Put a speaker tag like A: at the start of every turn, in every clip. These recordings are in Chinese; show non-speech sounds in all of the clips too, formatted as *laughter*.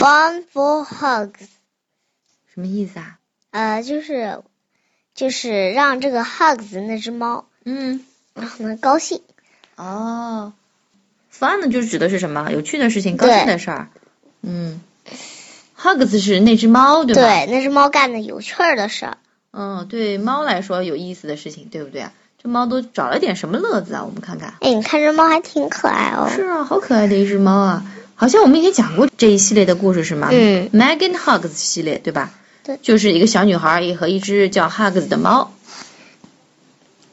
A: Fun for hugs，
B: 什么意思啊？
A: 呃，就是就是让这个 hugs 那只猫
B: 嗯，
A: 让它高兴。
B: 哦，fun 就指的是什么？有趣的事情，高兴
A: 对
B: 的事儿。嗯，hugs 是那只猫，对吧？
A: 对，那只猫干的有趣儿的事儿。
B: 嗯，对猫来说有意思的事情，对不对啊？这猫都找了点什么乐子啊？我们看看。
A: 哎，你看这猫还挺可爱哦。
B: 是啊，好可爱的一只猫啊！好像我们以前讲过这一系列的故事是吗？
A: 嗯
B: ，Megan Hugs 系列对吧？
A: 对
B: 就是一个小女孩也和一只叫 Hugs 的猫。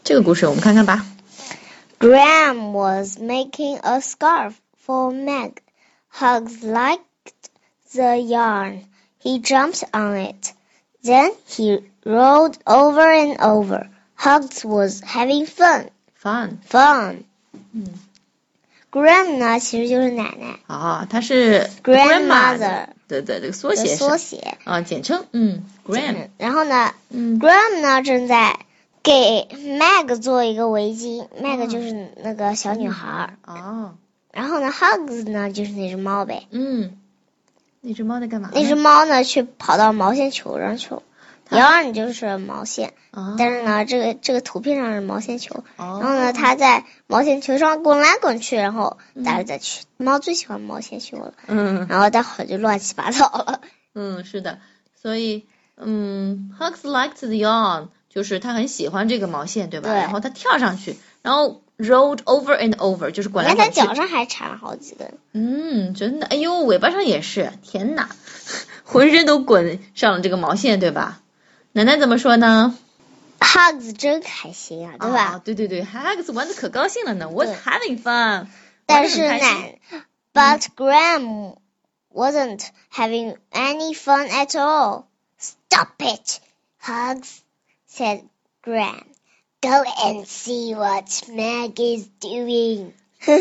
B: 这个故事我们看看吧。
A: Graham was making a scarf for Meg. Hugs liked the yarn. He jumped on it. Then he rolled over and over. Hugs was having fun.
B: Fun
A: Fun.
B: 嗯。
A: Graham 呢，其实就是奶奶
B: 啊，它是 grandma 的
A: grandmother
B: 对对，这个缩
A: 的
B: 写是
A: 缩写。
B: 啊，简称嗯，grand
A: 嗯然后呢
B: 嗯
A: ，Graham 呢正在给 Meg 做一个围巾，Meg
B: 嗯
A: 就是那个小女孩儿。
B: 哦
A: 然后呢，Hugs 呢就是那只猫呗。
B: 嗯，那只猫在干嘛呢？
A: 那只猫呢，却跑到毛线球上去了。幺二你就是毛线，
B: 啊
A: 但是呢，这个这个图片上是毛线球，然后
B: 哦
A: 呢，它在毛线球上滚来滚去，然后打来打去。猫最喜欢毛线球了，
B: 嗯
A: 然后待会儿就乱七八糟了。
B: 嗯是的，所以嗯，Hugs liked the yarn，就是他很喜欢这个毛线对吧？
A: 对
B: 然后他跳上去，然后 rolled over and over，就是
A: 你
B: 滚来
A: 看它脚
B: 滚去。
A: 上还缠了好几根。
B: 嗯，真的，哎呦，尾巴上也是，天哪， *laughs* 浑身都滚上了这个毛线对吧？奶奶怎么说呢？
A: Hugs 真开心啊，对吧？
B: 啊、对对对，Hugs 玩的可高兴了呢，was
A: 对
B: having fun。
A: *laughs* 但是
B: 玩得很开嗯
A: 奶，But Graham wasn't having any fun at all. Stop it, Hugs, said Graham. Go and see what Meg is
B: *laughs*
A: doing.
B: 这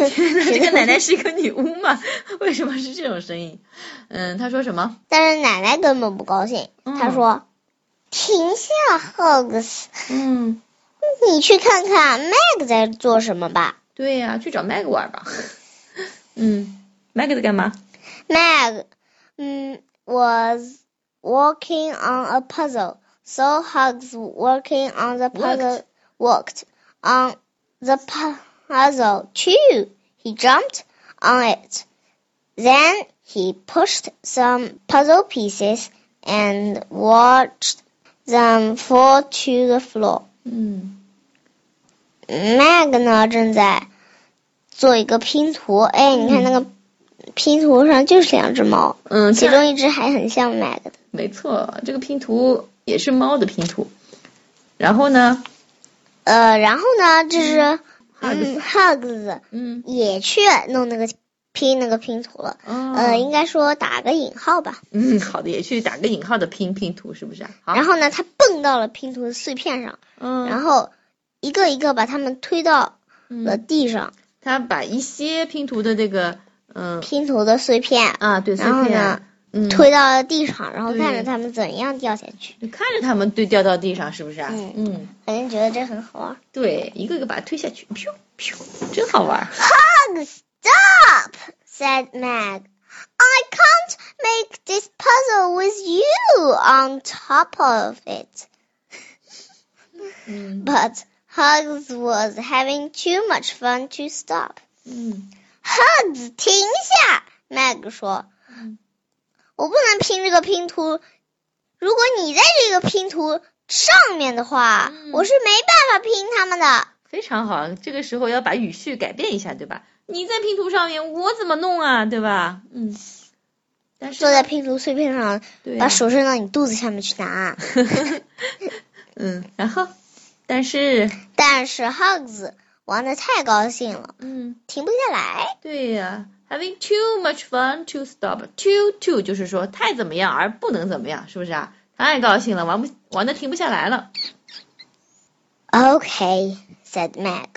B: 个奶奶是一个女巫嘛？ *laughs* 为什么是这种声音？嗯，她说什么？
A: 但是奶奶根本不高兴，
B: 嗯
A: 她说：“停下，Hugs，
B: 嗯，
A: 你去看看 Meg 在做什么吧。
B: 对呀、去找 Meg 玩吧。嗯，Meg 在干嘛？
A: Meg, mm, was working on a puzzle. So Hugs working on the puzzle worked on the pu- puzzle too. He jumped on it. Then he pushed some puzzle pieces and watched them fall to the floor.
B: 嗯
A: Meg 呢正在做一个拼图，哎，你看那个拼图上就是两只猫。
B: 嗯，
A: 其
B: 这
A: 中一只还很像 Meg 的。
B: 没错，这个拼图也是猫的拼图。然后呢？
A: 呃，然后呢，这是嗯
B: Hugs
A: Hugs
B: 嗯
A: 也去弄那个拼那个拼图了。
B: 哦
A: 呃，应该说打个引号吧。
B: *laughs* 嗯，好的，也去打个引号的拼拼图是不是啊？好，
A: 然后呢，他蹦到了拼图的碎片上，
B: 嗯
A: 然后一个一个把它们推到了
B: 嗯，
A: 地上。
B: 他把一些拼图的这个嗯
A: 拼图的碎片
B: 啊对碎
A: 然后
B: 片
A: 呢
B: 嗯
A: 推到了地上，然后看
B: 对
A: 着它们怎样掉下去。
B: 就看着他们对掉到地上，是不是啊？
A: 嗯
B: 嗯，
A: 反正觉得这很好玩。
B: 对，一个个把它推下去，飘飘，真好
A: *laughs*
B: 玩儿。
A: Hugs, stop! said Meg. I can't make this puzzle with you on top of it.
B: 嗯
A: But Hugs was having too much fun to stop.
B: 嗯
A: Hugs，停下！Meg 说
B: 嗯：“
A: 我不能拼这个拼图。如果你在这个拼图上面的话，
B: 嗯
A: 我是没办法拼它们的。
B: 非常好。这个时候要把语序改变一下，对吧？你在拼图上面，我怎么弄啊？对吧？
A: *laughs*
B: 嗯， *laughs* 但是
A: 坐在拼图碎片上，
B: 对、
A: 把
B: 啊，
A: 手伸到你肚子下面去拿。”
B: 嗯，然后，但是，
A: 但是 Hugs 玩的太高兴了，
B: 嗯，
A: 停不下来。
B: 对呀、h a v i n g too much fun to stop. Too too 就是说太怎么样而不能怎么样，是不是啊？太高兴了，玩不玩的停不下来了。
A: Okay, said Meg.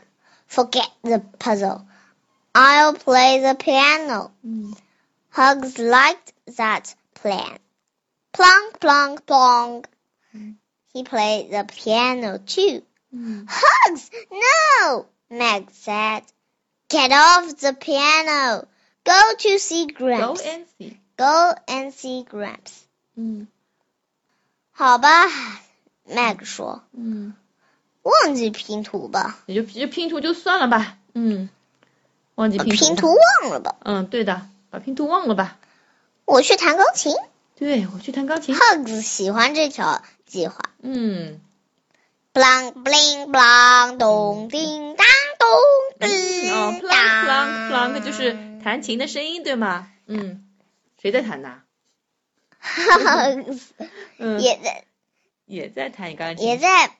A: Forget the puzzle. I'll play the piano.
B: 嗯
A: Hugs liked that plan. Plonk, plonk, plonk. He played the piano too.
B: 嗯
A: Hugs, no, Meg said. Get off the piano. Go to see
B: ，Go
A: Gramps.
B: and see.
A: Go and see Gramps。
B: 嗯
A: 好吧，Meg 说，
B: 嗯，
A: 忘记拼图吧，
B: 也就就拼图就算了吧，嗯，忘记
A: 把
B: 拼
A: 拼
B: 图
A: 图忘了吧。
B: 嗯，对的，把拼图忘了吧。
A: 我去弹钢琴。
B: 对，我去弹钢琴。
A: Hugs 喜欢这条计划。
B: 嗯，
A: bling bling bling，咚叮当咚叮当。
B: 哦，plang plang plang，就是弹琴的声音，对吗？嗯，谁在弹呐？
A: Hugs *laughs*
B: 嗯，
A: 也在
B: 也在弹钢琴。
A: 也在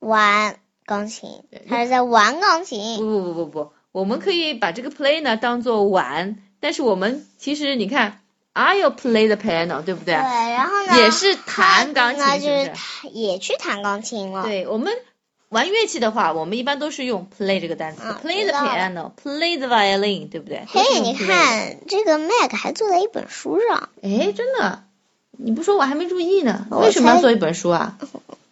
A: 玩钢琴，他是在玩钢琴。
B: 不不不不不，我们可以把这个 play 呢当做玩，但是我们其实你看，I will play the piano，对不对？
A: 然后呢？
B: 也是弹钢琴，
A: 那
B: 是
A: 就
B: 不
A: 是
B: 是？
A: 啊他也去弹钢琴了。
B: 对，我们玩乐器的话，我们一般都是用 play 这个单词、
A: 嗯
B: p l a y
A: 知
B: the
A: 道了
B: piano，play the violin，对不对？
A: 嘿
B: 都是，用
A: 你
B: play 的，
A: 看这个 Mac 还坐在一本书上，
B: 哎，真的，你不说我还没注意呢，
A: 我
B: 为什么要
A: 猜
B: 做一本书啊？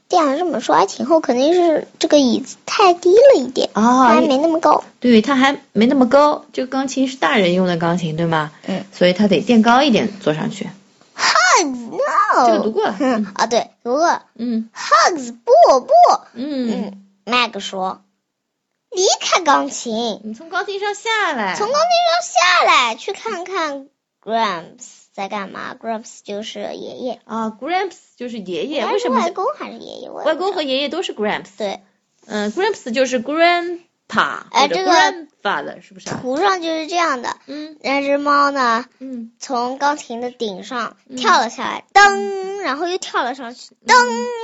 A: 这样这么说还挺厚，肯定是这个椅子太低了一点，
B: 啊
A: 还，没那么高。
B: 对，它还没那么高，这个钢琴是大人用的钢琴，对吗？
A: 嗯，
B: 所以它得垫高一点坐上去。
A: No，
B: 这个读过
A: *laughs*
B: 了
A: 嗯啊，对，读过了。
B: 嗯
A: Hugs 不不
B: 嗯，
A: 嗯，Meg 说：“离开钢琴，
B: 你从钢琴上下来。
A: 从钢琴上下来，去看看 Gramps 在干嘛。Gramps 就是爷爷，
B: 啊，Gramps 就是爷爷，
A: 还是
B: 为什么
A: 外
B: 叫
A: 公还是爷爷？我也
B: 外
A: 不知
B: 公
A: 道
B: 和爷爷都是 Gramps？
A: 对，
B: 嗯，Gramps 就是 grandpa
A: 哎
B: 或者
A: 这个
B: grandfather，是不是啊？
A: 图上就是这样的。
B: 嗯
A: 那只猫呢，
B: 嗯
A: 从钢琴的顶上
B: 嗯
A: 跳了下来，噔，然后又跳了上去，噔，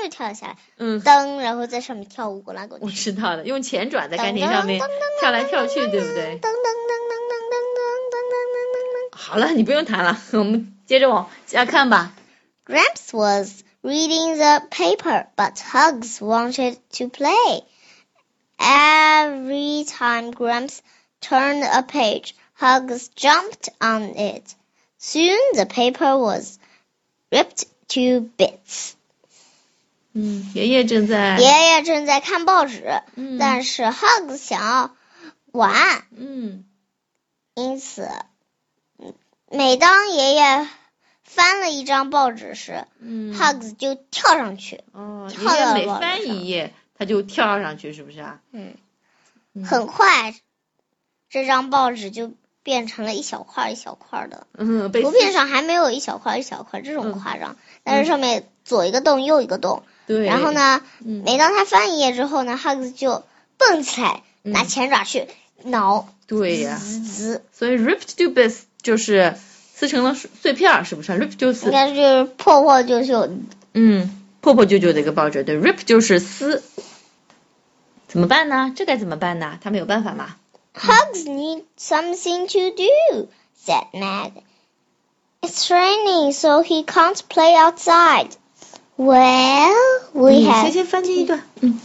A: 又跳了下来，
B: 嗯，
A: 噔，然后在上面跳舞滚来滚
B: 我
A: 去，
B: 知道了，用前转在
A: 噔
B: 钢琴
A: 噔
B: 上面
A: 噔噔
B: 跳来跳去，对不对
A: 噔噔噔噔噔噔噔噔噔噔噔？噔噔。
B: 好了，你不用弹了，我们接着往下看吧。
A: Gramps was reading the paper, but Hugs wanted to play. Every time Gramps turned a page, Hugs jumped on it. Soon the paper was ripped to bits.
B: 嗯，爷爷正在
A: 爷爷正在看报纸，
B: 嗯
A: 但是 Hugs 想要玩，
B: 嗯
A: 因此，嗯每当爷爷翻了一张报纸时、
B: 嗯
A: h u g s 就跳上去，
B: 哦，爷
A: 跳
B: 爷
A: 到
B: 每
A: 网
B: 翻
A: 上
B: 一页他就跳上去，是不是啊？
A: 嗯。
B: 嗯
A: 很快，这张报纸就变成了一小块儿一小块儿的，
B: 嗯，被
A: 图片上还没有一小块儿一小块儿这
B: 嗯
A: 种夸张，但是上面左一个洞右一个洞。
B: 对，
A: 然后呢，
B: 嗯
A: 每当他翻一页之后呢，Hugs 就蹦起来，
B: 嗯
A: 拿前爪去挠，
B: 对呀、
A: 滋滋，
B: 所以 ripped to bits 就是撕成了碎片儿，是不是？rip 就
A: 应
B: 撕，
A: 该就是破破旧旧。
B: 嗯，破破旧旧的一个报纸，对，rip 就是撕。怎么办呢？这该怎么办呢？他们有办法吗？
A: Hugs need something to do," said Meg. "It's raining, so he can't play outside." Well,
B: 你
A: we
B: 嗯先
A: have
B: *laughs* 先翻进一段，嗯，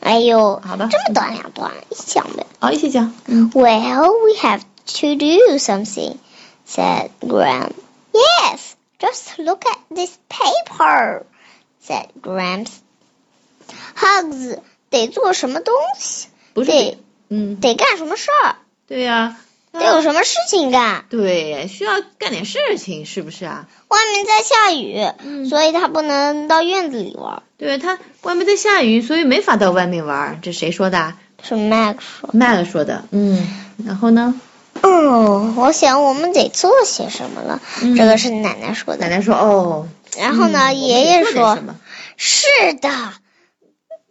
A: 哎呦，
B: 好吧
A: 这么短两段，一讲呗。
B: 好，一起讲，嗯
A: Well, we have to do something, said Graham. Yes, just look at this paper, said Gramps. Hugs 得做什么东西？
B: 不是
A: 对，
B: 嗯，
A: 得干什么事儿？
B: 对呀、
A: 得有什么事情干？
B: 对，需要干点事情，是不是啊？
A: 外面在下雨，
B: 嗯
A: 所以他不能到院子里玩。
B: 对他外面在下雨，所以没法到外面玩儿。这谁说的啊？
A: 是 Max 说。
B: 麦克说的，嗯，然后呢？
A: 嗯，我想我们得做些什么了。
B: 嗯
A: 这个是奶奶说
B: 奶
A: 的。
B: 奶说，哦，
A: 然后呢，
B: 嗯
A: 爷爷
B: 我们得做点
A: 说
B: 什么？：“
A: 是的，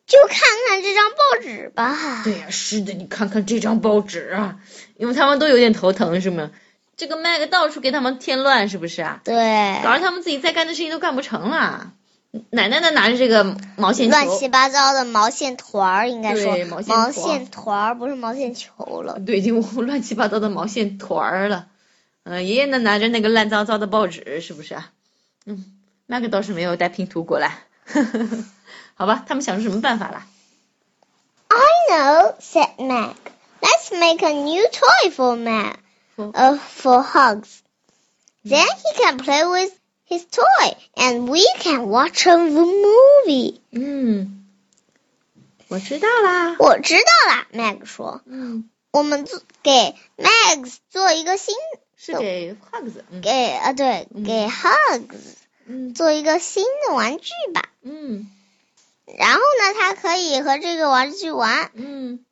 A: 就看看这张报纸吧。
B: 对呀、是的，你看看这张报纸啊，因为他们都有点头疼，是吗？这个麦克到处给他们添乱，是不是啊？
A: 对”
B: 搞得他们自己该干的事情都干不成了。奶奶呢，拿着这个毛线
A: 乱
B: 球
A: 七，八糟的毛线团儿，应该说
B: 对毛线团儿
A: 毛线团儿不是毛线球了。
B: 对，已经乱七八糟的毛线团儿了。嗯、爷爷呢，拿着那个烂糟糟的报纸，是不是啊？嗯，麦克倒是没有带拼图过来， *laughs* 好吧？他们想出什么办法啦？
A: I know," said Meg. "Let's make a new toy for Meg,
B: For- Hmm.
A: uh, for Hugs. Then he can play with his toy, and we can watch a movie."
B: 嗯，我知道啦。
A: 我知道啦，Meg 说。
B: 嗯
A: 我们做给 Max 做一个新
B: 是给 Hugs，嗯
A: 给啊对，
B: 嗯
A: 给 Hugs
B: 嗯
A: 做一个新的玩具吧。
B: 嗯
A: 然后呢，他可以和这个玩具玩，
B: 嗯，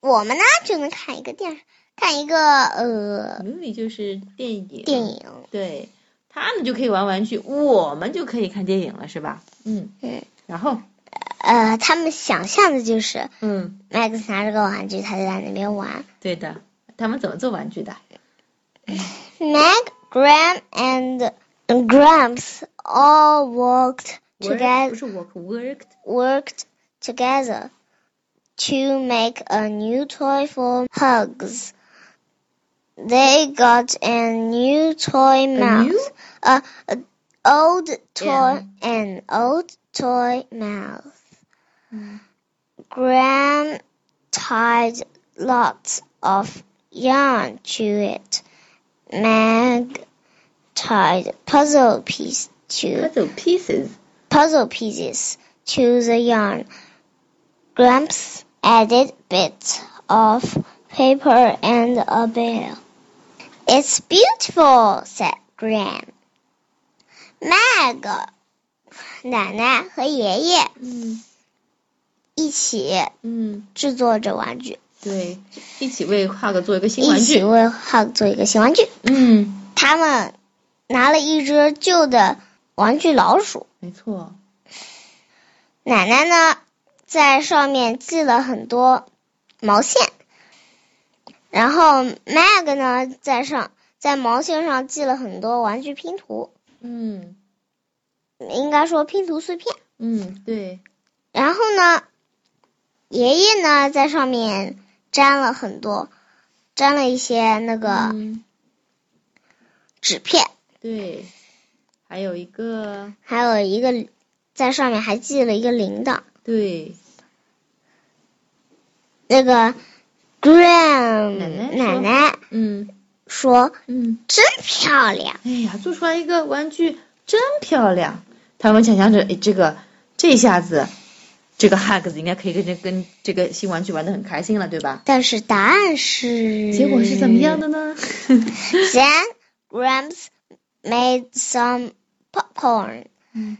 A: 我们呢就能看一个电视，看一个呃
B: movie 就是电影，
A: 电，影。
B: 对，他们就可以玩玩具，我们就可以看电影了，是吧？嗯，
A: 嗯，
B: 然后
A: 呃，他们想象的就是
B: 嗯，
A: Max 拿着个玩具，他就在那边玩。
B: 对的，他们怎么做玩具的？
A: Meg, Graham, and Gramps all worked
B: Work-
A: together.
B: 不是 work worked，
A: worked together to make a new toy for Hugs. They got a new toy
B: A
A: mouse,
B: new?
A: a, a old toy,
B: Yeah.
A: an old toy mouse. Graham tied lots of yarn to it. Meg tied puzzle piece to
B: p u z z pieces，
A: puzzle pieces to the yarn. Gramps added bits of paper and a bell. It's beautiful, said Graham. Meg, 奶奶和爷爷
B: 嗯
A: 一起
B: 嗯，
A: 制作着玩具，
B: 对，一起为 Hug 做一个新
A: 一
B: 玩
A: 起
B: 具，
A: 为 Hug 做一个新玩具。
B: 嗯，
A: 他们拿了一只旧的玩具老鼠，
B: 没错，
A: 奶奶呢，在上面系了很多毛线，然后 Meg 呢，在上在毛线上系了很多玩具拼图，
B: 嗯
A: 应该说拼图碎片。
B: 嗯，对，
A: 然后呢，爷爷呢，在上面粘了很多，粘了一些那个
B: 嗯，
A: 纸片，
B: 对，还有一个，
A: 还有一个在上面还系了一个铃铛。
B: 对，
A: 那个 Graham
B: 奶
A: 奶
B: 奶说
A: 奶
B: 嗯
A: 说
B: 嗯。：“
A: 真漂亮。”
B: 哎呀，做出来一个玩具真漂亮。他们想象着，哎，这个这下子，这个 Hugs 应该可以跟这跟这个新玩具玩的很开心了，对吧？
A: 但是答案是
B: 结果是怎么样
A: *laughs*
B: 的呢？
A: ？Then Gramps made some popcorn.
B: 嗯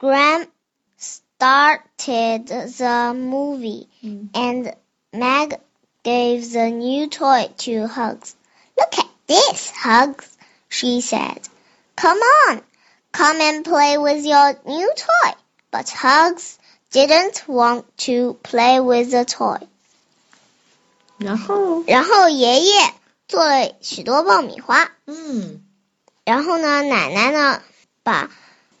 A: Gram started the movie,
B: 嗯
A: and Meg gave the new toy to Hugs. Look at this, Hugs, she said. Come on, come and play with your new toy. But Hugs didn't want to play with the toy.
B: 然后
A: 然后爷爷做了许多爆米花，
B: 嗯
A: 然后呢，奶奶呢把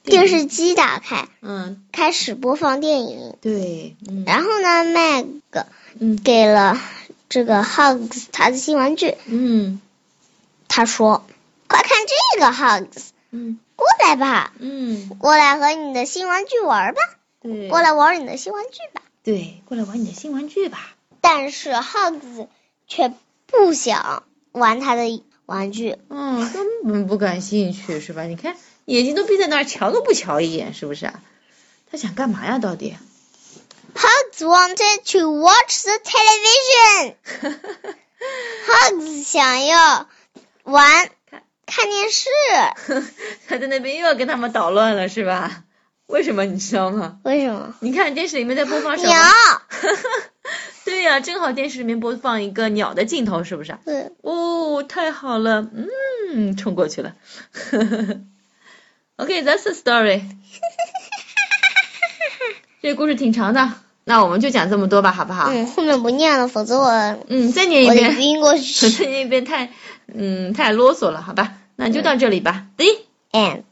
A: 电视机打开，
B: 嗯
A: 开始播放电影。
B: 对嗯
A: 然后呢，Meg
B: 嗯
A: 给了这个 Hugs 他的新玩具，
B: 嗯
A: 他说：“快看这个，Hugs，
B: 嗯
A: 过来吧，
B: 嗯
A: 过来和你的新玩具玩吧，
B: 对
A: 过来玩你的新玩具吧。
B: 对过来玩你的新玩具吧。”
A: 但是 Hugs 却不想玩他的玩具，
B: 嗯，根本不感兴趣是吧？你看眼睛都闭在那儿，瞧都不瞧一眼，是不是啊？他想干嘛呀？到底？ *laughs*
A: Hugs wanted to watch the television.
B: *laughs*
A: Hugs 想要玩
B: 看
A: 看电
B: *laughs*
A: 视，
B: 他在那边又要跟他们捣乱了，是吧？为什么你知道吗？
A: 为什么？
B: 你看电视里面在播放什
A: 鸟。
B: 么？对呀、正好电视里面播放一个鸟的镜头，是不是啊？
A: 对，
B: 哦，太好了，嗯，冲过去了。OK，that's、a story。这个故事挺长的，那我们就讲这么多吧，好不好？
A: 嗯，后面不念了，否则我
B: 嗯，再念一
A: 我得
B: 遍，
A: 晕过
B: *laughs*
A: 去。
B: 再念一遍太，嗯，太啰嗦了，好吧？那就到这里吧。第一。
A: And